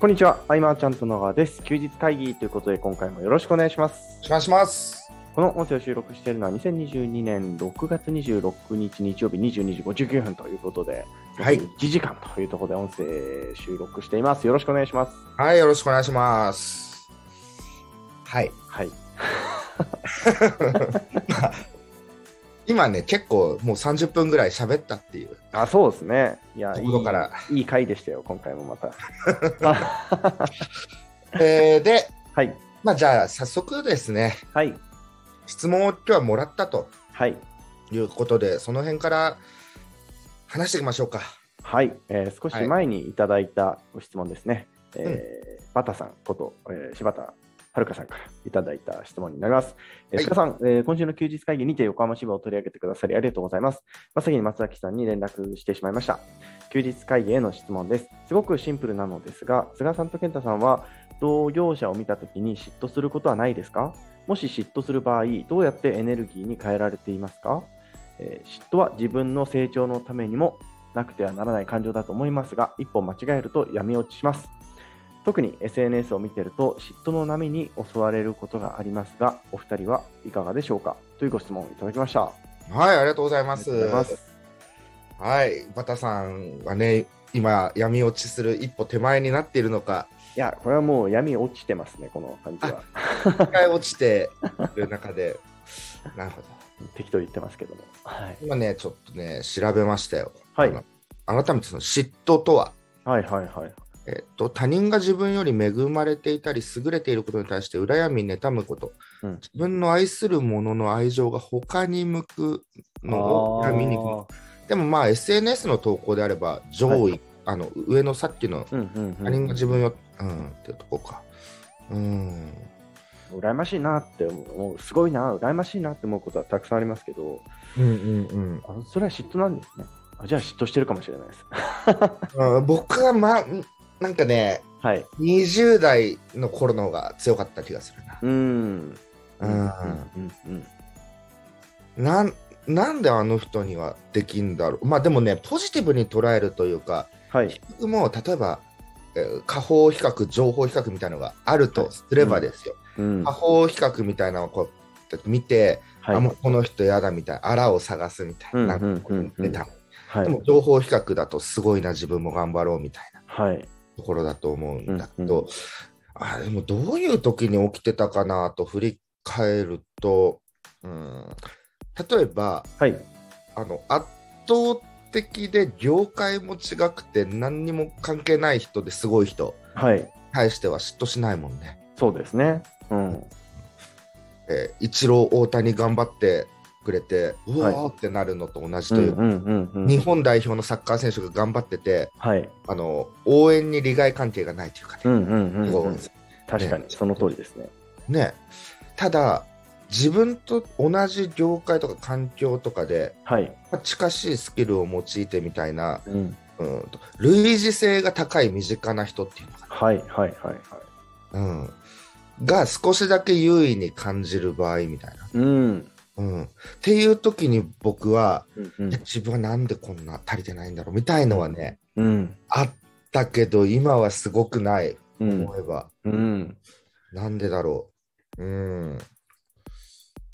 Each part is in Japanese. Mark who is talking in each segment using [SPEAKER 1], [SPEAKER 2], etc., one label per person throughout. [SPEAKER 1] こんにちは、アイマーちゃんと野川です。休日会議ということで、今回もよろしくお願いします。
[SPEAKER 2] お願いします。
[SPEAKER 1] この音声を収録しているのは2022年6月26日日曜日22時59分ということで、
[SPEAKER 2] はい
[SPEAKER 1] 1時間というところで音声収録しています。よろしくお願いします。
[SPEAKER 2] はい、よろしくお願いします。はい。
[SPEAKER 1] はい。
[SPEAKER 2] 今ね、結構もう30分ぐらい喋ったっていう
[SPEAKER 1] あ、そうですね。いや、
[SPEAKER 2] と
[SPEAKER 1] い
[SPEAKER 2] ころから。
[SPEAKER 1] いいい回でしたよ、今回もま た。
[SPEAKER 2] えーで、
[SPEAKER 1] はい。
[SPEAKER 2] まあじゃあ早速ですね、
[SPEAKER 1] はい。
[SPEAKER 2] 質問を今日はもらったと
[SPEAKER 1] はい。
[SPEAKER 2] いうことで、その辺から話していきましょうか。
[SPEAKER 1] はい、えー少し前にいただいたご質問ですね、えーバタさんこと、えー柴田遥さんからいただいた質問になります。えー
[SPEAKER 2] はい
[SPEAKER 1] 塚さん、えー今週の休日会議にて横浜支部を取り上げてくださりありがとうございます。まさに松崎さんに連絡してしまいました。休日会議への質問です。すごくシンプルなのですが、菅さんと健太さんは同業者を見たときに嫉妬することはないですかもし嫉妬する場合、どうやってエネルギーに変えられていますか、えー嫉妬は自分の成長のためにもなくてはならない感情だと思いますが、一歩間違えると闇落ちします。特に SNS を見てると嫉妬の波に襲われることがありますが、お二人はいかがでしょうかというご質問をいただきました。
[SPEAKER 2] はい、ありがとうございま
[SPEAKER 1] あ
[SPEAKER 2] す。
[SPEAKER 1] りがとうございます。
[SPEAKER 2] はい、バタさんはね、今、闇落ちする一歩手前になっているのか、
[SPEAKER 1] いや、これはもう闇落ちてますね、この感じは。
[SPEAKER 2] 一回落ちてる中 で、なるほど。
[SPEAKER 1] 適当に言ってますけども。はい。
[SPEAKER 2] 今ね、ちょっとね、調べましたよ。
[SPEAKER 1] はい
[SPEAKER 2] あの改めてその嫉妬とは、
[SPEAKER 1] はいはいはい。
[SPEAKER 2] えっと、他人が自分より恵まれていたり優れていることに対して羨み妬むこと、
[SPEAKER 1] うん
[SPEAKER 2] 自分の愛するものの愛情が他に向くのを
[SPEAKER 1] あー
[SPEAKER 2] 恨みに行くでもまあ SNS の投稿であれば上位、
[SPEAKER 1] は
[SPEAKER 2] あの上のさっきの
[SPEAKER 1] うんうん、うん。
[SPEAKER 2] 他人が自分よ、うんってとこかうん
[SPEAKER 1] 羨ましいなって思う思う、すごいな、羨ましいなって思うことはたくさんありますけど、
[SPEAKER 2] うんうん
[SPEAKER 1] あそれは嫉妬なんですね。あじゃあ嫉妬してるかもしれないです。
[SPEAKER 2] うんうん僕はまあなんかね
[SPEAKER 1] はい。
[SPEAKER 2] 20代の頃の方が強かった気がするな
[SPEAKER 1] うーん。う
[SPEAKER 2] う
[SPEAKER 1] んんうんうん
[SPEAKER 2] なんなんであの人にはできんだろうまあでもねポジティブに捉えるというか
[SPEAKER 1] はい。
[SPEAKER 2] 僕も例えば、えー下方比較情報比較みたいなのがあるとすればですよ、
[SPEAKER 1] うん
[SPEAKER 2] 下方比較みたいなのをこうやって見て、
[SPEAKER 1] はい
[SPEAKER 2] あもうこの人やだみたいなあらを探すみたいな,、
[SPEAKER 1] うんうんうんうん
[SPEAKER 2] で
[SPEAKER 1] はい
[SPEAKER 2] も情報比較だとすごいな自分も頑張ろうみたいな
[SPEAKER 1] はい。
[SPEAKER 2] ところだと思うんだけど、
[SPEAKER 1] うん
[SPEAKER 2] あでもどういう時に起きてたかなと振り返ると、うん、例えば
[SPEAKER 1] はい。
[SPEAKER 2] あの圧倒的で業界も違くて何にも関係ない人ですごい人
[SPEAKER 1] はい。
[SPEAKER 2] 対しては嫉妬しないもんね。
[SPEAKER 1] そうですね。うん。
[SPEAKER 2] えー、イチロー大谷頑張ってくれてうわ
[SPEAKER 1] は
[SPEAKER 2] ーってなるのと同じとい
[SPEAKER 1] う
[SPEAKER 2] う、
[SPEAKER 1] んうんうんうん
[SPEAKER 2] 日本代表のサッカー選手が頑張ってて
[SPEAKER 1] はい。
[SPEAKER 2] あの応援に利害関係がないというかね,
[SPEAKER 1] う
[SPEAKER 2] こ
[SPEAKER 1] んうん
[SPEAKER 2] う、
[SPEAKER 1] うんうん。確かに、その通りですね。
[SPEAKER 2] ねただ自分と同じ業界とか環境とかで
[SPEAKER 1] はい。
[SPEAKER 2] まあ近しいスキルを用いてみたいな
[SPEAKER 1] うん。
[SPEAKER 2] うんと類似性が高い身近な人っていうのか
[SPEAKER 1] はいはいはいはい。
[SPEAKER 2] な、うん、が少しだけ優位に感じる場合みたいな、
[SPEAKER 1] うん。
[SPEAKER 2] うん、っていう時に僕は
[SPEAKER 1] うんうん
[SPEAKER 2] いや自分はなんでこんな足りてないんだろうみたいのはね、
[SPEAKER 1] うん。
[SPEAKER 2] あったけど今はすごくない
[SPEAKER 1] うん
[SPEAKER 2] 思えば、
[SPEAKER 1] うん。
[SPEAKER 2] なんでだろううん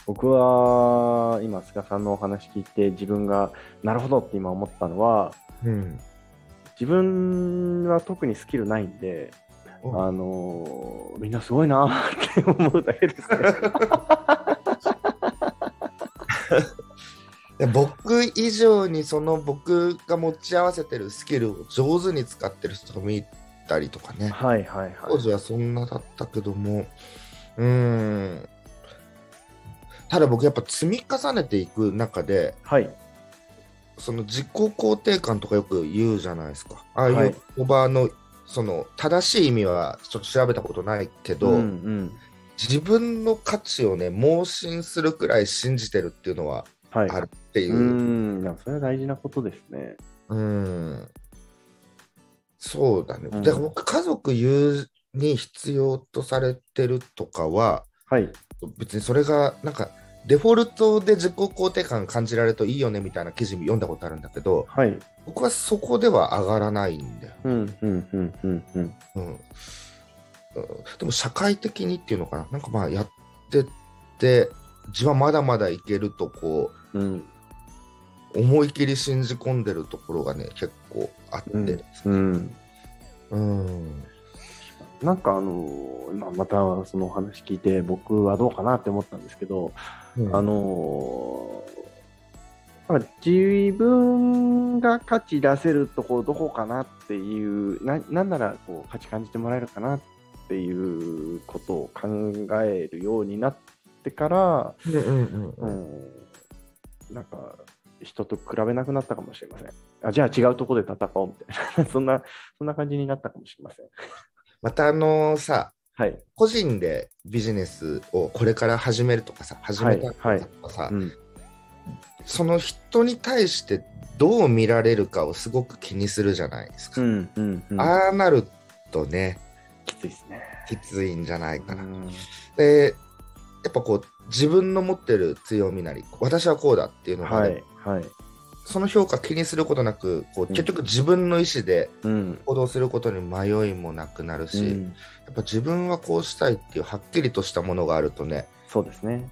[SPEAKER 1] 僕は今、菅さんのお話聞いて、自分がなるほどって今思ったのは、
[SPEAKER 2] うん
[SPEAKER 1] 自分は特にスキルないんで、
[SPEAKER 2] お
[SPEAKER 1] あのーみんなすごいなーって思うだけですね。
[SPEAKER 2] で僕以上にその僕が持ち合わせてるスキルを上手に使ってる人が見たりとかね
[SPEAKER 1] はいはいは
[SPEAKER 2] 当時はそんなだったけどもうんただ僕やっぱ積み重ねていく中で
[SPEAKER 1] い。はい。
[SPEAKER 2] その自己肯定感とかよく言うじゃないですか。ああい
[SPEAKER 1] は
[SPEAKER 2] う
[SPEAKER 1] い
[SPEAKER 2] 言葉の、その正しい意味はちょっと調べたことないけど、
[SPEAKER 1] うんうん。
[SPEAKER 2] 自分の価値をね、盲信するくらい信じてるっていうのは
[SPEAKER 1] はい。
[SPEAKER 2] あるっていうう。
[SPEAKER 1] ん。いやそれは大事なことですね。
[SPEAKER 2] うんそうだね。
[SPEAKER 1] うん
[SPEAKER 2] だから僕、家族友に必要とされてるとかは、
[SPEAKER 1] はい。
[SPEAKER 2] 別にそれがなんかデフォルトで自己肯定感感じられるといいよねみたいな記事読んだことあるんだけど、
[SPEAKER 1] はい。
[SPEAKER 2] 僕はそこでは上がらないんだよ。
[SPEAKER 1] うん、うん、うん、うん、うん。
[SPEAKER 2] うんうんでも社会的にっていうのかな、なんかまあやってって、自分はまだまだいけるとこ
[SPEAKER 1] うん、
[SPEAKER 2] う、思い切り信じ込んでるところがね、結構あって、
[SPEAKER 1] うんうん。
[SPEAKER 2] うん、
[SPEAKER 1] なんかあのー今またそのお話聞いて僕はどうかなって思ったんですけど、あのーなんか自分が価値出せるとこどこかなっていうななんならこう価値感じてもらえるかなっていうことを考えるようになってから、
[SPEAKER 2] うんうん
[SPEAKER 1] う
[SPEAKER 2] うん
[SPEAKER 1] ん、なんか人と比べなくなったかもしれません。あじゃあ違うとこで戦おうみたいな そんなそんな感じになったかもしれません。
[SPEAKER 2] またあのさ、
[SPEAKER 1] はい、
[SPEAKER 2] 個人でビジネスをこれから始めるとかさ、始めたとかさ、
[SPEAKER 1] うん
[SPEAKER 2] その人に対してどう見られるかをすごく気にするじゃないです
[SPEAKER 1] う
[SPEAKER 2] か。
[SPEAKER 1] んうんうん、
[SPEAKER 2] ああなるとね、
[SPEAKER 1] きついですね。
[SPEAKER 2] きついんじゃないかな。
[SPEAKER 1] うん
[SPEAKER 2] でやっぱこう自分の持ってる強みなり私はこうだっていうのが
[SPEAKER 1] は
[SPEAKER 2] ね、
[SPEAKER 1] いはい。
[SPEAKER 2] その評価気にすることなくこう
[SPEAKER 1] うん
[SPEAKER 2] 結局自分の意思で
[SPEAKER 1] うん。
[SPEAKER 2] 行動することに迷いもなくなるし、
[SPEAKER 1] う
[SPEAKER 2] や
[SPEAKER 1] ん
[SPEAKER 2] っぱ自分はこうしたいっていうはっきりとしたものがあるとね
[SPEAKER 1] そうですね。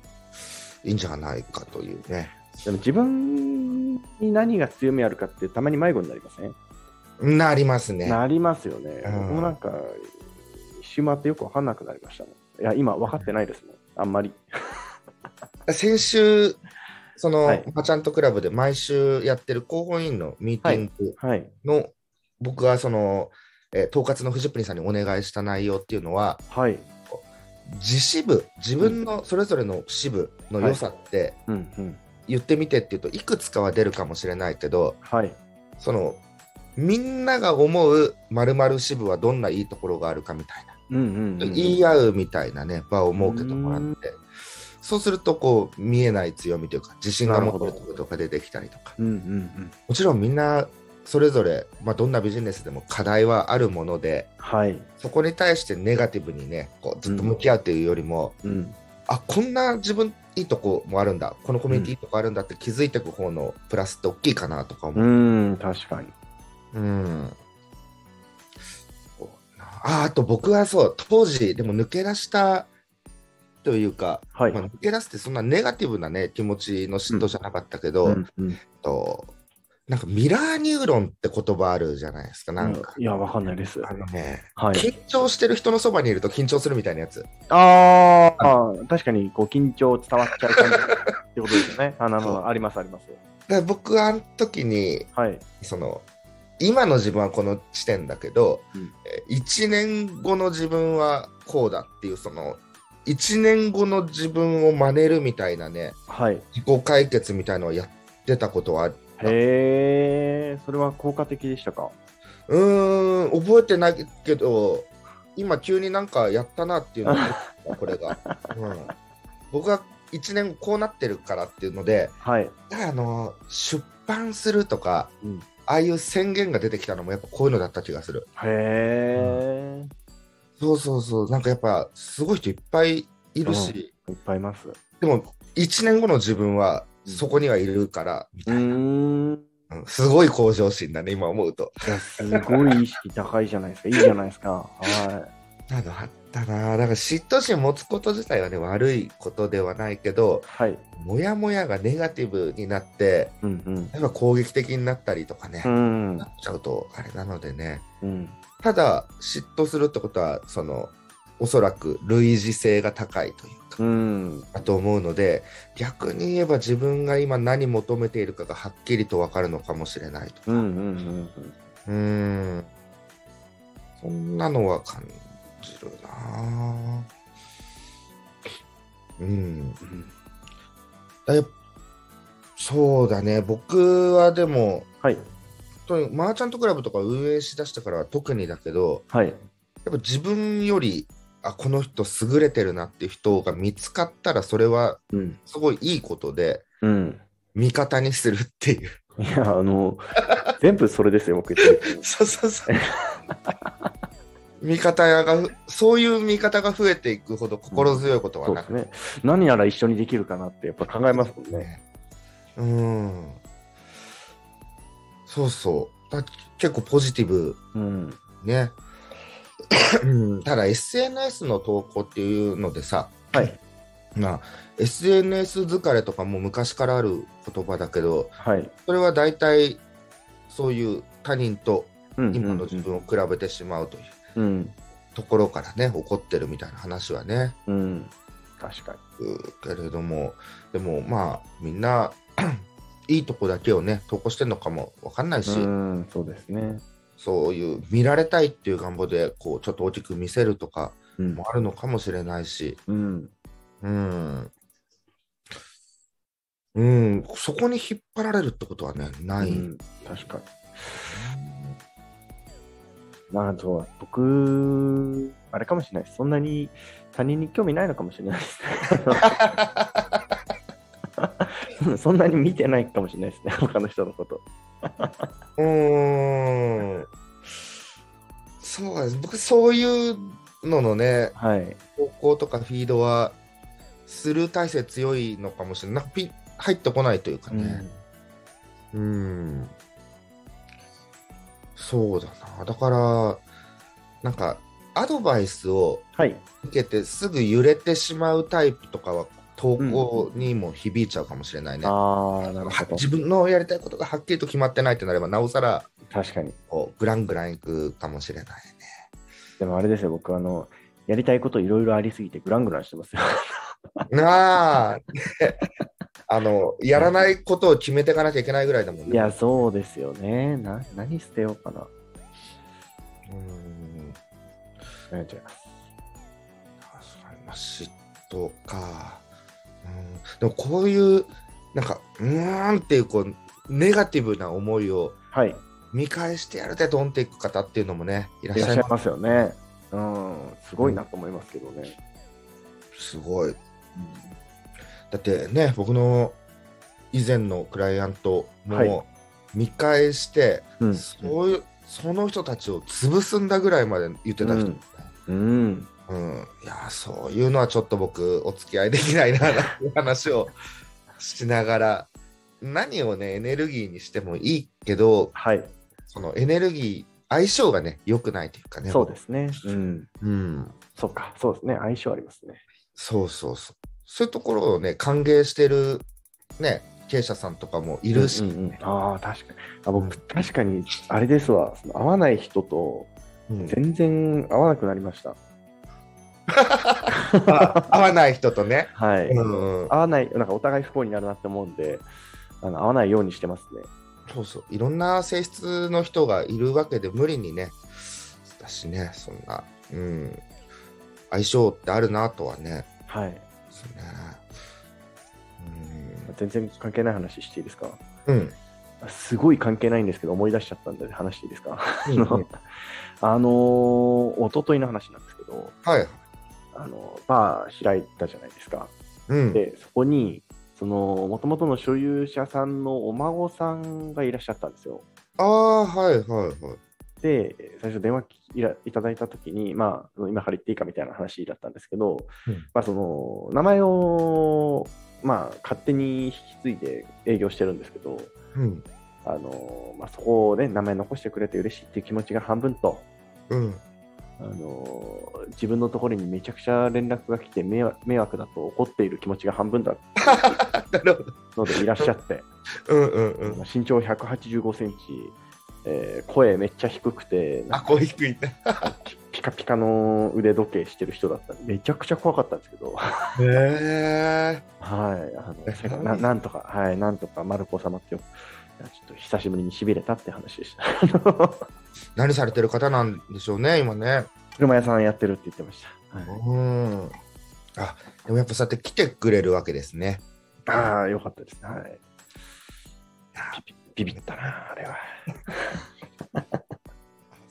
[SPEAKER 2] いいんじゃないかというね
[SPEAKER 1] でも自分に何が強みあるかってたまに迷子になりません、
[SPEAKER 2] なりますね。
[SPEAKER 1] なりますよね。
[SPEAKER 2] うん
[SPEAKER 1] 僕もなんか、一周回ってよく分かんなくなりましたもん。いや、今分かってないですもん。あんまり。
[SPEAKER 2] 先週その、
[SPEAKER 1] はい
[SPEAKER 2] マーチャントクラブで毎週やってる広報委員のミーティング、
[SPEAKER 1] はい。
[SPEAKER 2] の僕がその、えー統括のフジプリンさんにお願いした内容っていうのは
[SPEAKER 1] はい。
[SPEAKER 2] 自支部自分のそれぞれの支部の良さって
[SPEAKER 1] うんうん。
[SPEAKER 2] 言ってみてっていうといくつかは出るかもしれないけど
[SPEAKER 1] はい。
[SPEAKER 2] そのみんなが思う〇〇支部はどんないいところがあるかみたいな、
[SPEAKER 1] うんうん、うん。
[SPEAKER 2] 言い合うみたいなね場を設けてもらって。
[SPEAKER 1] う
[SPEAKER 2] そうするとこう見えない強みというか自信が持って
[SPEAKER 1] なる
[SPEAKER 2] る
[SPEAKER 1] ほ
[SPEAKER 2] と
[SPEAKER 1] ど
[SPEAKER 2] ころとか出てきたりとか
[SPEAKER 1] うんうんうん。
[SPEAKER 2] もちろんみんなそれぞれ、まあ、どんなビジネスでも課題はあるもので、
[SPEAKER 1] はい。
[SPEAKER 2] そこに対してネガティブにね、こうずっと向き合うっていうよりも、
[SPEAKER 1] うん。
[SPEAKER 2] あこんな自分いいとこもあるんだ、このコミュニティいいとこあるんだって気づいていく方のプラスって大きいかなとか思う。
[SPEAKER 1] うん、確かに。
[SPEAKER 2] うんこうなああと僕はそう、当時、でも抜け出したというか、
[SPEAKER 1] はい。
[SPEAKER 2] まあ、抜け出すってそんなネガティブなね、気持ちの嫉妬じゃなかったけど、
[SPEAKER 1] うんうん
[SPEAKER 2] となんかミラーニューロンって言葉あるじゃないですか、なんか。
[SPEAKER 1] いや、分かんないです。
[SPEAKER 2] あのね、
[SPEAKER 1] はい。
[SPEAKER 2] 緊張してる人のそばにいると緊張するみたいなやつ。
[SPEAKER 1] ああ、確かにこう緊張伝わっちゃう感じってことですよ ね。あなるほどありますあります。
[SPEAKER 2] だから僕はあの時に
[SPEAKER 1] はい。
[SPEAKER 2] その今の自分はこの地点だけど、
[SPEAKER 1] うん
[SPEAKER 2] 1年後の自分はこうだっていうその1年後の自分を真似るみたいなね
[SPEAKER 1] はい。
[SPEAKER 2] 自己解決みたいのをやってたことは
[SPEAKER 1] へえ、それは効果的でしたか。
[SPEAKER 2] うーん覚えてないけど今急になんかやったなっていうのがこれが、うん、僕は1年後こうなってるからっていうので
[SPEAKER 1] はい。
[SPEAKER 2] だからあの出版するとか、
[SPEAKER 1] うん
[SPEAKER 2] ああいう宣言が出てきたのもやっぱこういうのだった気がする。
[SPEAKER 1] へえ、
[SPEAKER 2] そうそうそう、なんかやっぱすごい人いっぱいいるし、
[SPEAKER 1] いっぱいいます。
[SPEAKER 2] でも1年後の自分はそこにはいるから、み
[SPEAKER 1] う
[SPEAKER 2] たいな
[SPEAKER 1] ーん。
[SPEAKER 2] うんすごい向上心だね、今思うと。
[SPEAKER 1] いや、すごい意識高いじゃないです か。いいじゃないですか。は
[SPEAKER 2] なんかあったな、だから嫉妬心持つこと自体はね、悪いことではないけど
[SPEAKER 1] い。、はい。
[SPEAKER 2] もやもやがネガティブになって、
[SPEAKER 1] うん
[SPEAKER 2] やっぱ攻撃的になったりとかね、
[SPEAKER 1] うん。うん
[SPEAKER 2] な。っちゃうとあれなのでね、
[SPEAKER 1] うん。
[SPEAKER 2] ただ嫉妬するってことは、その、おそらく類似性が高いというか
[SPEAKER 1] う、ん。
[SPEAKER 2] だと思うので逆に言えば自分が今何求めているかがはっきりと分かるのかもしれないと
[SPEAKER 1] うん。うん。うん。
[SPEAKER 2] うーんそんなのは感じるなぁうん
[SPEAKER 1] うん
[SPEAKER 2] だいそうだね僕はでも
[SPEAKER 1] はい。
[SPEAKER 2] 本当にマーチャントクラブとか運営しだしたからは特にだけど
[SPEAKER 1] はい。
[SPEAKER 2] やっぱ自分よりあこの人優れてるなっていう人が見つかったらそれは
[SPEAKER 1] うん。
[SPEAKER 2] すごいいいことで
[SPEAKER 1] うん。
[SPEAKER 2] 味方にするっていう
[SPEAKER 1] い や、あの、全部それですよ、僕言ってる。
[SPEAKER 2] そうそうそう。見方が、そういう見方が増えていくほど心強いことは
[SPEAKER 1] そう
[SPEAKER 2] な
[SPEAKER 1] です
[SPEAKER 2] く、
[SPEAKER 1] ね。何なら一緒にできるかなってやっぱ考えますもんね。
[SPEAKER 2] うん。そうそう。だ結構ポジティブ
[SPEAKER 1] うん。
[SPEAKER 2] ね。うんただ SNS の投稿っていうのでさ、
[SPEAKER 1] はい。
[SPEAKER 2] まあ、SNS 疲れとかも昔からある言葉だけど、
[SPEAKER 1] はい。
[SPEAKER 2] それは大体そういう他人と
[SPEAKER 1] うん
[SPEAKER 2] 今の自分を比べてしまうという
[SPEAKER 1] うん。
[SPEAKER 2] ところからね、起こってるみたいな話はね、
[SPEAKER 1] うん。確か
[SPEAKER 2] けれどもでもまあみんな いいとこだけをね投稿してるのかもわかんないし、
[SPEAKER 1] に。うん。そうですね。
[SPEAKER 2] そういう見られたいっていう願望でこうちょっと大きく見せるとか
[SPEAKER 1] うん。
[SPEAKER 2] もあるのかもしれないし
[SPEAKER 1] うん。
[SPEAKER 2] うん、うん、そこに引っ張られるってことはねない、
[SPEAKER 1] うん確かに。まあ、そう僕、あれかもしれないです。そんなに他人に興味ないのかもしれないです。 そんなに見てないかもしれないですね、他の人のこと。
[SPEAKER 2] うーんそうです僕そういうののね
[SPEAKER 1] はい。
[SPEAKER 2] 投稿とかフィードはスルー体制強いのかもしれないなんかピン入ってこないというかねうんそうだなだからなんかアドバイスを
[SPEAKER 1] はい。
[SPEAKER 2] 受けてすぐ揺れてしまうタイプとかは投稿にも響いちゃうかもしれないね、
[SPEAKER 1] ああ、なる
[SPEAKER 2] は
[SPEAKER 1] ほど。
[SPEAKER 2] 自分のやりたいことがはっきりと決まってないってなればなおさら
[SPEAKER 1] 確かに。
[SPEAKER 2] こうグラングランいくかもしれないね
[SPEAKER 1] でもあれですよ、僕、あの、やりたいこといろいろありすぎてグラングランしてますよ。
[SPEAKER 2] なあ あのやらないことを決めていかなきゃいけないぐらいだもんね。
[SPEAKER 1] いや、そうですよね。な、何捨てようかな。
[SPEAKER 2] うん
[SPEAKER 1] 悩んじゃいます。
[SPEAKER 2] 確かにまあ嫉妬か、うん、でもこういうなんかうーんっていうこうネガティブな思いを
[SPEAKER 1] はい。
[SPEAKER 2] 見返してやるでドンっていく方っていうのもねいらっ
[SPEAKER 1] い
[SPEAKER 2] し
[SPEAKER 1] らっ
[SPEAKER 2] ゃ
[SPEAKER 1] し
[SPEAKER 2] い
[SPEAKER 1] ゃ
[SPEAKER 2] ま
[SPEAKER 1] いますよね。うん、すごいなと思いますけどね。
[SPEAKER 2] すすごいだってね僕の以前のクライアント
[SPEAKER 1] はい
[SPEAKER 2] も見返して、
[SPEAKER 1] うん。
[SPEAKER 2] そういうその人たちを潰すんだぐらいまで言ってた人もね、
[SPEAKER 1] うん。
[SPEAKER 2] うん、いやそういうのはちょっと僕お付き合いできないなっていう話をしながら何をねエネルギーにしてもいいけど
[SPEAKER 1] はい。
[SPEAKER 2] そのエネルギー相性がね良くないというかね
[SPEAKER 1] そうですね。うん。
[SPEAKER 2] うん、
[SPEAKER 1] そうか。そうですね。相性ありますね。
[SPEAKER 2] そうそうそうそういうところをね歓迎してるね経営者さんとかもいるし、
[SPEAKER 1] うんうんうんああ、確かに。あ僕、確かに、あれですわ。その合わない人と、
[SPEAKER 2] うん
[SPEAKER 1] 全然合わなくなりま した。
[SPEAKER 2] あ合わない人とね、
[SPEAKER 1] はい。
[SPEAKER 2] うんうん
[SPEAKER 1] 合わない、なんかお互い不幸になるなって思うんで、あの合わないようにしてますね。
[SPEAKER 2] そうそういろんな性質の人がいるわけで無理にねだしねそんなうん相性ってあるなとはね
[SPEAKER 1] はい。
[SPEAKER 2] そうね
[SPEAKER 1] 全然関係ない話していいですか
[SPEAKER 2] うんうん
[SPEAKER 1] すごい関係ないんですけど、思い出しちゃったんで話していいですか
[SPEAKER 2] うんうん
[SPEAKER 1] あのー、一昨日の話なんですけど、
[SPEAKER 2] はい
[SPEAKER 1] あのバー開いたじゃないですか。
[SPEAKER 2] うん
[SPEAKER 1] で、そこに、その、もともとの所有者さんのお孫さんがいらっしゃったんですよ。
[SPEAKER 2] ああはいはいはい
[SPEAKER 1] で、最初電話いらいただいたときに、まあ、その今から言っていいかみたいな話だったんですけど、
[SPEAKER 2] うん
[SPEAKER 1] まあ、その、名前を、まあ、勝手に引き継いで営業してるんですけど、
[SPEAKER 2] うん
[SPEAKER 1] あのまあ、そこをね、名前残してくれて嬉しいっていう気持ちが半分と、
[SPEAKER 2] うん
[SPEAKER 1] あのー自分のところにめちゃくちゃ連絡が来て迷惑迷惑だと怒っている気持ちが半分だっ
[SPEAKER 2] なるほど
[SPEAKER 1] たのでいらっしゃって、
[SPEAKER 2] うん うんうん
[SPEAKER 1] 身長185センチ、えー声めっちゃ低くて、な
[SPEAKER 2] あ
[SPEAKER 1] んか
[SPEAKER 2] こう低いなへ
[SPEAKER 1] ピカピカの腕時計してる人だったんで、めちゃくちゃ怖かったんですけど、 はい
[SPEAKER 2] え
[SPEAKER 1] あの最後な、なんとか、はい、なんとか丸子様ってよいやちょっと久しぶりにしびれたって話でした。
[SPEAKER 2] 何されてる方なんでしょうね今ね
[SPEAKER 1] 車屋さんやってるって言ってました。はい
[SPEAKER 2] うんあでもやっぱそうやって来てくれるわけですね
[SPEAKER 1] ああ、よかったですね。はい。ビビビったな、あれは。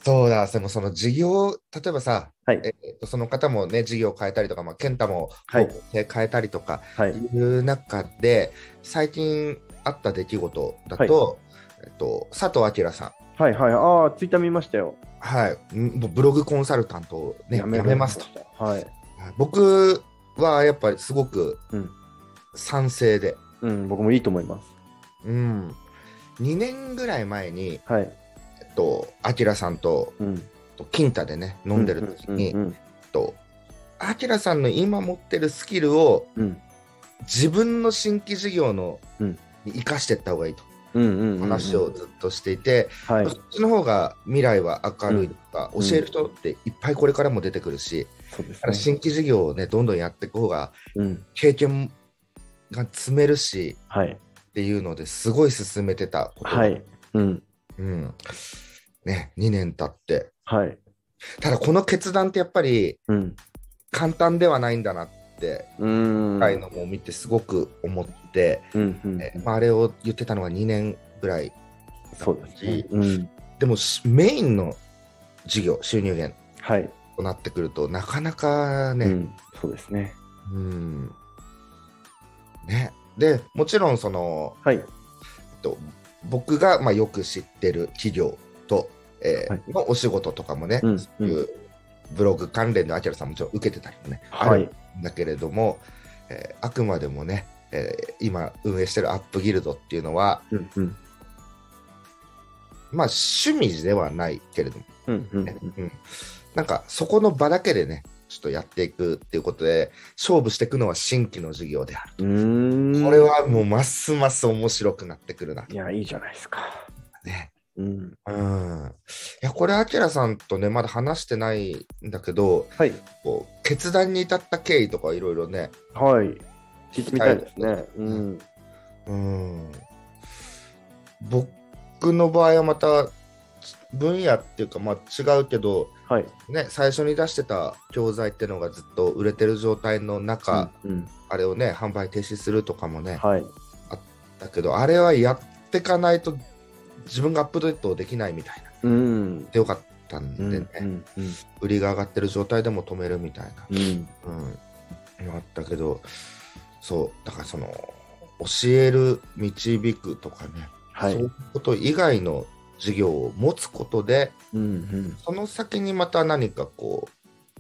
[SPEAKER 2] そうだ、でもその事業、例えばさ、
[SPEAKER 1] はい
[SPEAKER 2] えっとその方もね、事業を変えたりとか、まあ、健太も
[SPEAKER 1] はい
[SPEAKER 2] 方向性変えたりとか
[SPEAKER 1] はいい。
[SPEAKER 2] う中で、最近あった出来事だと、えっと、佐藤明さん、
[SPEAKER 1] はいはい。ああ、ツイッター見ましたよ。
[SPEAKER 2] はい、んもうブログコンサルタントを、ね、やめますと。
[SPEAKER 1] と。はい。
[SPEAKER 2] 僕はやっぱりすごく
[SPEAKER 1] うん
[SPEAKER 2] 賛成で、
[SPEAKER 1] うん、僕もいいと思います。
[SPEAKER 2] うん、2年ぐらい前に、
[SPEAKER 1] はい。
[SPEAKER 2] えっと、アキラさんと
[SPEAKER 1] うん。
[SPEAKER 2] と金太でね、飲んでる時に、
[SPEAKER 1] うんうん
[SPEAKER 2] えっと、アキラさんの今持ってるスキルを
[SPEAKER 1] うん
[SPEAKER 2] 自分の新規事業の、
[SPEAKER 1] うん
[SPEAKER 2] に生かしていった方がいいと
[SPEAKER 1] うんうんうんうん
[SPEAKER 2] 話を。ずっとしていて、
[SPEAKER 1] はい。
[SPEAKER 2] そっちの方が未来は明るいとか、
[SPEAKER 1] うん
[SPEAKER 2] 教える人っていっぱいこれからも出てくるし、
[SPEAKER 1] そうで
[SPEAKER 2] だから
[SPEAKER 1] すね。
[SPEAKER 2] 新規事業をね、どんどんやっていく方が
[SPEAKER 1] うん。
[SPEAKER 2] 経験が積めるし
[SPEAKER 1] はい。
[SPEAKER 2] っていうのですごい進めてたこと、
[SPEAKER 1] はい。うん。
[SPEAKER 2] うんね、2年経って
[SPEAKER 1] はい。
[SPEAKER 2] ただこの決断ってやっぱり
[SPEAKER 1] うん。
[SPEAKER 2] 簡単ではないんだなって
[SPEAKER 1] うーん。
[SPEAKER 2] 今回のも見てすごく思って、
[SPEAKER 1] うんうん
[SPEAKER 2] えまあ、あれを言ってたのが2年ぐらい
[SPEAKER 1] そうですね。うん。
[SPEAKER 2] でもしメインの事業収入源
[SPEAKER 1] はい。
[SPEAKER 2] となってくるとなかなか
[SPEAKER 1] う
[SPEAKER 2] ね、
[SPEAKER 1] ん。そうですね。
[SPEAKER 2] うんねでもちろんその
[SPEAKER 1] はい。
[SPEAKER 2] えっと僕がまあよく知ってる企業と、えー
[SPEAKER 1] はい
[SPEAKER 2] のお仕事とかもね、
[SPEAKER 1] うん
[SPEAKER 2] そういうブログ関連のアキラさんもちろん受けてたりもね、
[SPEAKER 1] は
[SPEAKER 2] あ
[SPEAKER 1] い。
[SPEAKER 2] るんだけれども、えーあくまでもね、えー今運営してるアップギルドっていうのは、
[SPEAKER 1] うんうん。
[SPEAKER 2] まあ、趣味ではないけれども、
[SPEAKER 1] うんうん
[SPEAKER 2] ねうんなんかそこの場だけでねちょっとやっていくっていうことで勝負していくのは新規の事業である。
[SPEAKER 1] うん。うーん
[SPEAKER 2] これ。はもうますます面白くなってくるな、
[SPEAKER 1] いや、いいじゃないですか。
[SPEAKER 2] ね。
[SPEAKER 1] うん。
[SPEAKER 2] うんいやこれ、アキラさんとね、まだ話してないんだけど、
[SPEAKER 1] はい。
[SPEAKER 2] こう決断に至った経緯とかいろいろね、
[SPEAKER 1] はい。聞いてみたいですね。うん。
[SPEAKER 2] うん、僕の場合はまた分野っていうか、まあ、違うけど、
[SPEAKER 1] はい。
[SPEAKER 2] ね、最初に出してた教材ってのがずっと売れてる状態の中、
[SPEAKER 1] うんうん。
[SPEAKER 2] あれをね、販売停止するとかもね、
[SPEAKER 1] はい。
[SPEAKER 2] だけど、あれはやってかないと自分がアップデートできないみたい
[SPEAKER 1] う
[SPEAKER 2] な、
[SPEAKER 1] ん。
[SPEAKER 2] でよかったん
[SPEAKER 1] うん
[SPEAKER 2] でね、
[SPEAKER 1] うんうん
[SPEAKER 2] 売りが上がってる状態でも止めるみたいな。
[SPEAKER 1] うん。
[SPEAKER 2] うん、あったけどそうだからその教える導くとかね、
[SPEAKER 1] は
[SPEAKER 2] そ
[SPEAKER 1] いう
[SPEAKER 2] い。うこと以外の授業を持つことで
[SPEAKER 1] うんうん
[SPEAKER 2] その先にまた何かこ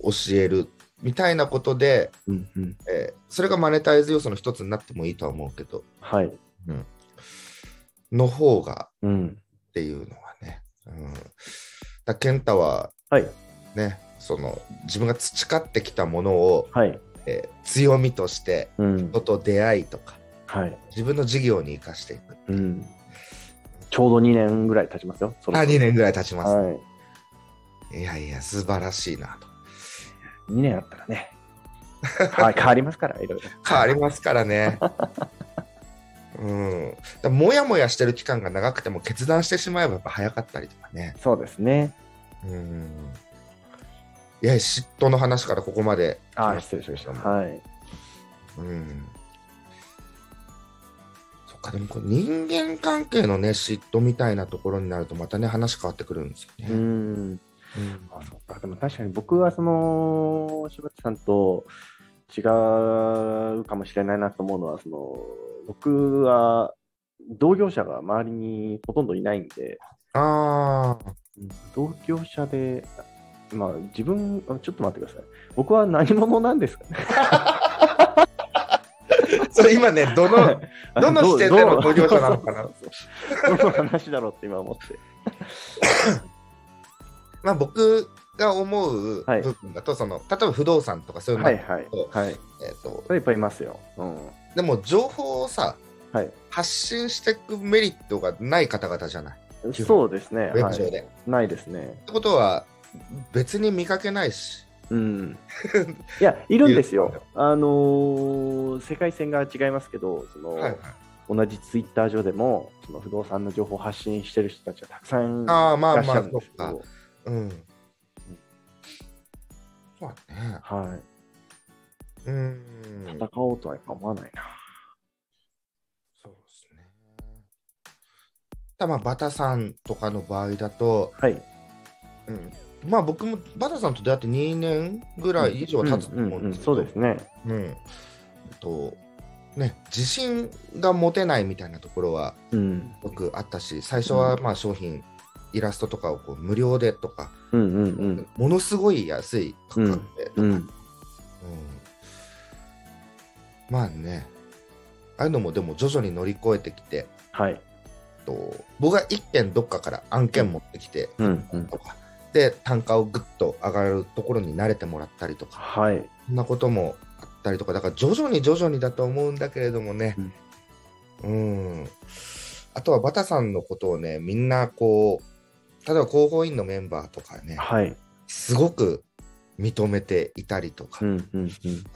[SPEAKER 2] う教えるみたいなことで、
[SPEAKER 1] うんうん。
[SPEAKER 2] えーそれがマネタイズ要素の一つになってもいいとは思うけど、
[SPEAKER 1] はい。
[SPEAKER 2] うん、の方が
[SPEAKER 1] うん。
[SPEAKER 2] っていうのはね、うん、だ健太は
[SPEAKER 1] はい。
[SPEAKER 2] ねその自分が培ってきたものを、
[SPEAKER 1] はい。
[SPEAKER 2] えー強みとして
[SPEAKER 1] うん
[SPEAKER 2] 人。と出会いとか
[SPEAKER 1] はい。
[SPEAKER 2] 自分の事業に生かしていく
[SPEAKER 1] うん。ちょうど2年ぐらい経ちますよ。そろ
[SPEAKER 2] あ
[SPEAKER 1] そろ
[SPEAKER 2] 2年ぐらい経ちます、
[SPEAKER 1] はい。
[SPEAKER 2] い、やいや素晴らしいなと
[SPEAKER 1] 2年あったらね。はい。変わりますから、いろいろ。
[SPEAKER 2] 変わりますか らねうんだからもやもやしてる期間が長くても決断してしまえばやっぱ早かったりとかね
[SPEAKER 1] そうです ね。
[SPEAKER 2] うんいや嫉妬の話からここまで
[SPEAKER 1] ああ、失礼しました。はい。
[SPEAKER 2] うんそっかでもこれ人間関係のね嫉妬みたいなところになるとまたね話変わってくるんですよ
[SPEAKER 1] う
[SPEAKER 2] ね、
[SPEAKER 1] ん。
[SPEAKER 2] うん
[SPEAKER 1] あそうかでも確かに僕はその柴田さんと違うかもしれないなと思うのはその僕は同業者が周りにほとんどいないんで
[SPEAKER 2] ああ
[SPEAKER 1] 同業者でまあ自分あちょっと待ってください僕は何者なんですかね
[SPEAKER 2] それ今ね、どの、 どの視点での同業者なのかな
[SPEAKER 1] どうそうそうどの話だろうって今思って
[SPEAKER 2] まあ僕が思う
[SPEAKER 1] はい
[SPEAKER 2] 部分だと、その、例えば不動産とかそういうの、
[SPEAKER 1] はいはいはい
[SPEAKER 2] えっと
[SPEAKER 1] そ、れいっぱいいますよ、うん、
[SPEAKER 2] でも情報をさ、
[SPEAKER 1] はい
[SPEAKER 2] 発信していくメリットがない方々じゃない、
[SPEAKER 1] そうですね、
[SPEAKER 2] ウェ
[SPEAKER 1] は
[SPEAKER 2] ブ上
[SPEAKER 1] い、
[SPEAKER 2] で。
[SPEAKER 1] ないですね
[SPEAKER 2] ってことは、別に見かけないし、
[SPEAKER 1] うん、いや、いるんです
[SPEAKER 2] いる
[SPEAKER 1] よ。あのー世界線が違いますけど、その
[SPEAKER 2] はい、
[SPEAKER 1] 同じツイッター上でもその不動産の情報を発信してる人たちはたくさんいら
[SPEAKER 2] ああ、まあ
[SPEAKER 1] っし
[SPEAKER 2] ま
[SPEAKER 1] ゃ
[SPEAKER 2] あ、
[SPEAKER 1] るん
[SPEAKER 2] そ
[SPEAKER 1] で
[SPEAKER 2] っ
[SPEAKER 1] すけど、
[SPEAKER 2] か。うん。そうだね。
[SPEAKER 1] は
[SPEAKER 2] うん
[SPEAKER 1] い、。戦おうとはやっぱ思わないな。
[SPEAKER 2] そうですね。ただまあ、バタさんとかの場合だと、
[SPEAKER 1] はい、
[SPEAKER 2] うんまあ僕もバタさんと出会って2年ぐらい以上経つと思うん
[SPEAKER 1] ん
[SPEAKER 2] で
[SPEAKER 1] ん
[SPEAKER 2] すけど、
[SPEAKER 1] そうですね。
[SPEAKER 2] うんえっとね、自信が持てないみたいなところは
[SPEAKER 1] うん、
[SPEAKER 2] 僕あったし最初はまあ商品イラストとかをこう無料でとか、
[SPEAKER 1] うんうんうん。
[SPEAKER 2] ものすごい安い価格でとか、
[SPEAKER 1] う
[SPEAKER 2] うん
[SPEAKER 1] ん。
[SPEAKER 2] まあねああいうのもでも徐々に乗り越えてきて
[SPEAKER 1] はい。
[SPEAKER 2] と僕が一件どっかから案件持ってきて
[SPEAKER 1] うんうん。
[SPEAKER 2] とか、で単価をぐっと上がるところに慣れてもらったりとか
[SPEAKER 1] はい。
[SPEAKER 2] そんなこともあったりとかだから徐々に徐々にだと思うんだけれどもねうんあとはバタさんのことをねみんなこう例えば広報員のメンバーとかね
[SPEAKER 1] はい。
[SPEAKER 2] すごく認めていたりとか
[SPEAKER 1] う、んうんうん。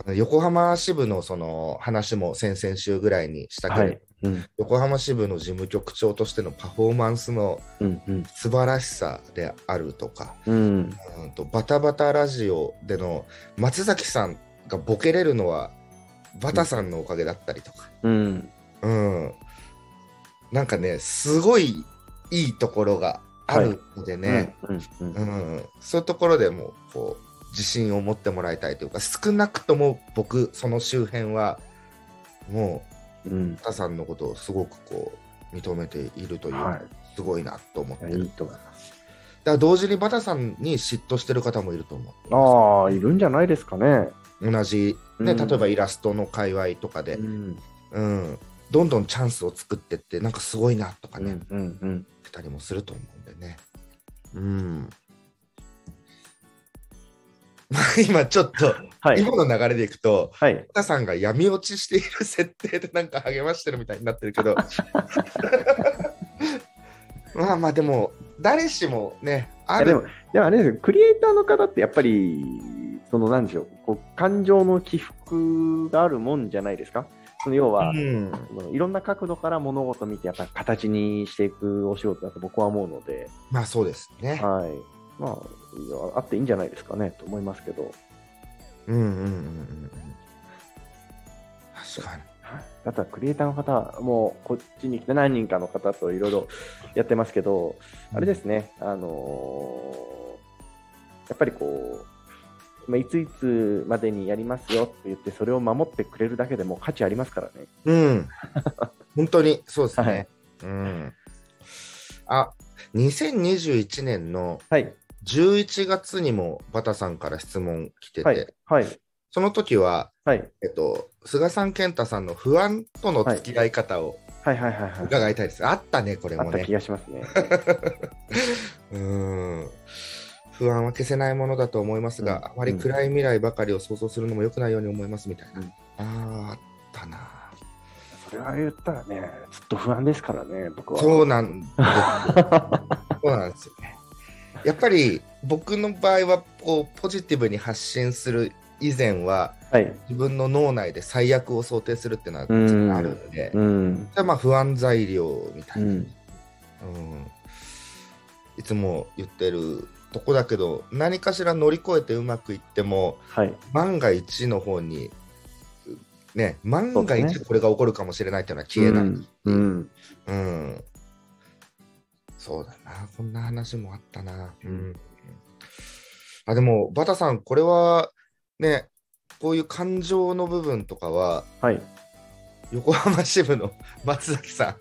[SPEAKER 2] あの横浜支部のその話も先々週ぐらいにしたけ
[SPEAKER 1] は
[SPEAKER 2] ど、
[SPEAKER 1] い。うん
[SPEAKER 2] 横浜支部の事務局長としてのパフォーマンスの
[SPEAKER 1] うんうん。
[SPEAKER 2] 素晴らしさであるとか、
[SPEAKER 1] うん。
[SPEAKER 2] うんとバタバタラジオでの松崎さんがボケれるのはバタさんのおかげだったりとか、
[SPEAKER 1] うん。
[SPEAKER 2] うん、なんかねすごいいいところがあるのでね、
[SPEAKER 1] うんうんう。
[SPEAKER 2] うんん、そういうところでもこう自信を持ってもらいたいというか少なくとも僕その周辺はも
[SPEAKER 1] うん
[SPEAKER 2] う。タさんのことをすごくこう認めているというか、
[SPEAKER 1] は
[SPEAKER 2] すごいなと思って
[SPEAKER 1] い
[SPEAKER 2] る
[SPEAKER 1] や。い
[SPEAKER 2] だ
[SPEAKER 1] い
[SPEAKER 2] か
[SPEAKER 1] と思います。
[SPEAKER 2] ら同時にバタさんに嫉妬してる方もいると思う。
[SPEAKER 1] ああ、いるんじゃないですかね。
[SPEAKER 2] 同じ、ね
[SPEAKER 1] うん
[SPEAKER 2] 例えばイラストの界隈とかで
[SPEAKER 1] う、ん
[SPEAKER 2] うんどんどんチャンスを作ってってなんかすごいなとか
[SPEAKER 1] う
[SPEAKER 2] ね、
[SPEAKER 1] んうんうん。
[SPEAKER 2] ってたりもすると思うんでね。うん。 まあ今ちょっと、
[SPEAKER 1] はい。
[SPEAKER 2] 今の流れでいくと、
[SPEAKER 1] はい。
[SPEAKER 2] タさんが闇落ちしている設定でなんか励ましてるみたいになってる けど。まあまあでも、誰しもね、あ
[SPEAKER 1] いやで
[SPEAKER 2] る
[SPEAKER 1] も、でもあれですよ、クリエイターの方ってやっぱり、その、なんでしょう、こう感情の起伏があるもんじゃないですか。その要は、
[SPEAKER 2] うん
[SPEAKER 1] そのいろんな角度から物事を見て、やっぱり形にしていくお仕事だと僕は思うので、
[SPEAKER 2] まあそうですね。
[SPEAKER 1] はい。まあ、あっていいんじゃないですかねと思いますけど、
[SPEAKER 2] うんうんうんうんうん。確かに。
[SPEAKER 1] あとはクリエイターの方、もうこっちに来て何人かの方といろいろやってますけど、あれですね、あのーやっぱりこう、まあ、いついつまでにやりますよって言って、それを守ってくれるだけでもう価値ありますからね。
[SPEAKER 2] うん。本当にそうですね。
[SPEAKER 1] はい
[SPEAKER 2] うん。あ、2021年の
[SPEAKER 1] はい、
[SPEAKER 2] 11月にもバタさんから質問来てて、
[SPEAKER 1] はい、はい、
[SPEAKER 2] その時は、
[SPEAKER 1] はい、
[SPEAKER 2] えっと、菅さん、健太さんの不安との付き合い方を
[SPEAKER 1] はい、はい、はい、はい。
[SPEAKER 2] 伺いたいです。あったね、これ
[SPEAKER 1] あ
[SPEAKER 2] も
[SPEAKER 1] った
[SPEAKER 2] ね
[SPEAKER 1] 気。がし ますね。
[SPEAKER 2] うん。不安は消せないものだと思いますが、
[SPEAKER 1] うん
[SPEAKER 2] あまり暗い未来ばかりを想像するのも良くないように思いますみたいな。
[SPEAKER 1] うん
[SPEAKER 2] あーあったな。
[SPEAKER 1] それは言ったらね、ずっと不安ですからね、僕は。
[SPEAKER 2] そうな んですよそうなんですよね。やっぱり僕の場合はこうポジティブに発信する以前は
[SPEAKER 1] はい。
[SPEAKER 2] 自分の脳内で最悪を想定するっていうのは
[SPEAKER 1] うん
[SPEAKER 2] 実はあるんで、
[SPEAKER 1] うん。
[SPEAKER 2] それはまあ不安材料みた
[SPEAKER 1] う
[SPEAKER 2] いな、うん
[SPEAKER 1] ん。
[SPEAKER 2] いつも言ってるとこだけど何かしら乗り越えてうまくいっても
[SPEAKER 1] はい。
[SPEAKER 2] 万が一の方にね万
[SPEAKER 1] そう
[SPEAKER 2] が
[SPEAKER 1] ですね
[SPEAKER 2] 一これが起こるかもしれないっていうのは消えない。
[SPEAKER 1] うんうん。
[SPEAKER 2] うん。そうだな、こんな話もあったな。うん。あでも、バタさん、これはね、こういう感情の部分とかは、
[SPEAKER 1] はい。
[SPEAKER 2] 横浜支部の松崎さ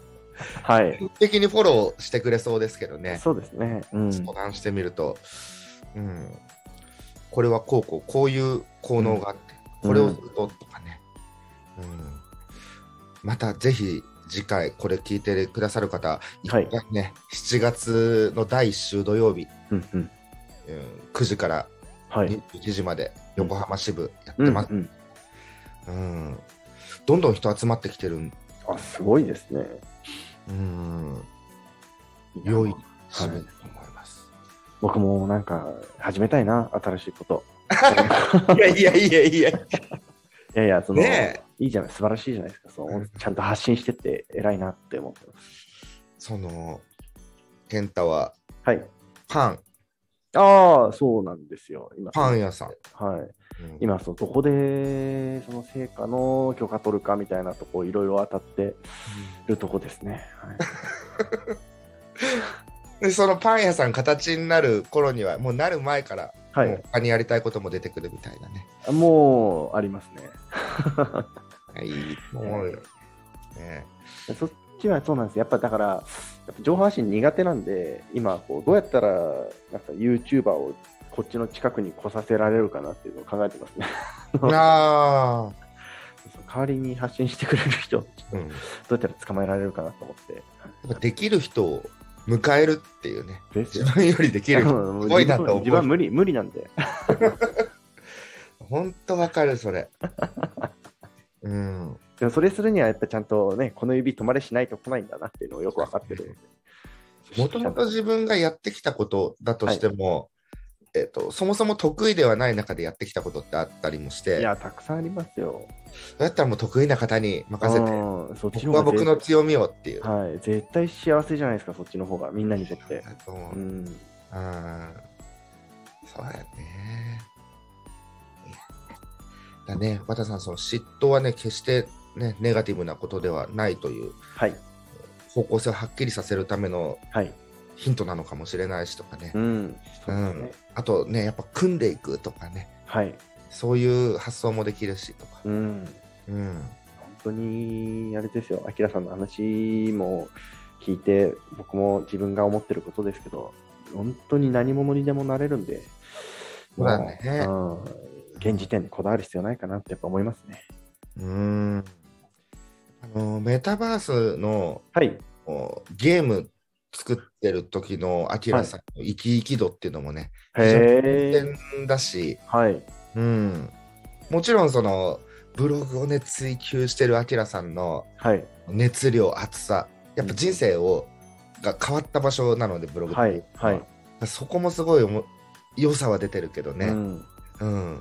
[SPEAKER 2] ん、
[SPEAKER 1] はい。
[SPEAKER 2] 定期的にフォローしてくれそうですけどね、
[SPEAKER 1] そうですね。うん。
[SPEAKER 2] 相談してみると、うん、これはこうこう、こういう効能があって、
[SPEAKER 1] うん
[SPEAKER 2] これをするととかね、うん、またぜひ次回、これ聞いてくださる方、
[SPEAKER 1] はい。
[SPEAKER 2] ね、7月の第1週土曜日、
[SPEAKER 1] うんうん。
[SPEAKER 2] うん9時から
[SPEAKER 1] はい。
[SPEAKER 2] 21時まで横浜支部やって
[SPEAKER 1] うんう
[SPEAKER 2] ます、
[SPEAKER 1] ん。
[SPEAKER 2] うんどんどん人集まってきてるん、
[SPEAKER 1] あ、すごいですね。
[SPEAKER 2] うん、良い支部だと思います。
[SPEAKER 1] 僕もなんか始めたいな、新しいこと。
[SPEAKER 2] いやいやいやいや、
[SPEAKER 1] いやいや、その、
[SPEAKER 2] ね
[SPEAKER 1] いいじゃない、素晴らしいじゃないですか。そのちゃんと発信してって偉いなって思ってます。
[SPEAKER 2] その、健太は
[SPEAKER 1] はい。
[SPEAKER 2] パン、
[SPEAKER 1] ああ、そうなんですよ。今、
[SPEAKER 2] パン屋さん。
[SPEAKER 1] はい。
[SPEAKER 2] うん
[SPEAKER 1] 今、そうどこで、その成果の許可取るかみたいなとこ、いろいろ当たってるとこですね。はい、
[SPEAKER 2] でそのパン屋さん形になる頃には、もうなる前から、
[SPEAKER 1] はい
[SPEAKER 2] もう他にやりたいことも出てくるみたいなね。
[SPEAKER 1] もうありますね。
[SPEAKER 2] いいと思うよね
[SPEAKER 1] そちはそうなんです。やっぱだから、やっぱ上半身苦手なんで、今こう、どうやったら、なんか YouTuber をこっちの近くに来させられるかなっていうのを考えてますね。
[SPEAKER 2] ああ、
[SPEAKER 1] 代わりに発信してくれる人、ど
[SPEAKER 2] うん。や
[SPEAKER 1] うやったら捕まえられるかなと思って。
[SPEAKER 2] っぱできる人を迎えるってい うね。
[SPEAKER 1] です
[SPEAKER 2] 自
[SPEAKER 1] よ。
[SPEAKER 2] 分よりできる人。
[SPEAKER 1] うん
[SPEAKER 2] すごいなと思う
[SPEAKER 1] 自分は無理、無理なんで。
[SPEAKER 2] ほんとわかる、そ れ。うん。
[SPEAKER 1] でもそれするには、やっぱちゃんとね、この指止まれしないと来ないんだなっていうのをよく分かってるんで。
[SPEAKER 2] もともと自分がやってきたことだとしても、えっと、そもそも得意ではない中でやってきたことってあったりもして、
[SPEAKER 1] い
[SPEAKER 2] だ
[SPEAKER 1] や、たくさんありますよ。
[SPEAKER 2] ったらもう得意な方に任せて、
[SPEAKER 1] うんそっち
[SPEAKER 2] 僕
[SPEAKER 1] の
[SPEAKER 2] は
[SPEAKER 1] 方が
[SPEAKER 2] 僕の強みをっていう。
[SPEAKER 1] はい、絶対幸せじゃないですか、そっちの方が、みんなにとって。
[SPEAKER 2] だと思う
[SPEAKER 1] うん、
[SPEAKER 2] うんそうだよね。いやだね、和田さん、その嫉妬はね、決して、ね、ネガティブなことではないという
[SPEAKER 1] はい、
[SPEAKER 2] 方向性をはっきりさせるための
[SPEAKER 1] はい、
[SPEAKER 2] ヒントなのかもしれないしとかね
[SPEAKER 1] う、ん、そううんですね
[SPEAKER 2] あとね、やっぱ組んでいくとかね、
[SPEAKER 1] はい、
[SPEAKER 2] そういう発想もできるしとか。
[SPEAKER 1] うん、
[SPEAKER 2] うん、
[SPEAKER 1] 本当にあれですよ、あきらさんの話も聞いて、僕も自分が思ってることですけど、本当に何者にでもなれるんで、
[SPEAKER 2] そうだね
[SPEAKER 1] もううん、現時点でこだわる必要ないかなってやっぱ思いますね。
[SPEAKER 2] うんあのメタバースの
[SPEAKER 1] はい、
[SPEAKER 2] おゲーム作ってる時のアキラさんの生き生き度っていうのもね、非常に
[SPEAKER 1] へえ、
[SPEAKER 2] 健全だし、
[SPEAKER 1] はい、
[SPEAKER 2] うん、もちろんそのブログをね追求してるアキラさんの
[SPEAKER 1] はい、
[SPEAKER 2] 熱量熱さやっぱ人生をが変わった場所なのでブログって
[SPEAKER 1] はい、はい、
[SPEAKER 2] そこもすごいおも良さは出てるけどね、
[SPEAKER 1] うん
[SPEAKER 2] うん、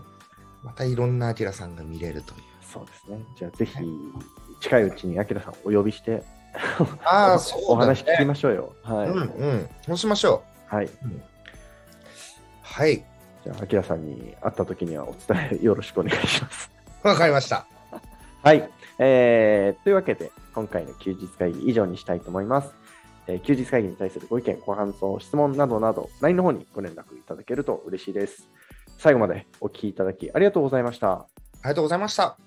[SPEAKER 2] またいろんなアキラさんが見れるという。
[SPEAKER 1] そうですね。じゃあぜひ近いうちにあきらさんお呼びして
[SPEAKER 2] ああ、そうだ、ね、
[SPEAKER 1] お話聞きましょうよ。はい。
[SPEAKER 2] うんうん、そうしましょ
[SPEAKER 1] はい。
[SPEAKER 2] う。はい、
[SPEAKER 1] じゃあ、あきらさんに会った時にはお伝えよろしくお願いします。
[SPEAKER 2] わかりました。
[SPEAKER 1] はい。えーというわけで、今回の休日会議以上にしたいと思います。えー休日会議に対するご意見、ご感想、質問などなど、LINE の方にご連絡いただけると嬉しいです。最後までお聞きいただきありがとうございました。
[SPEAKER 2] ありがとうございました。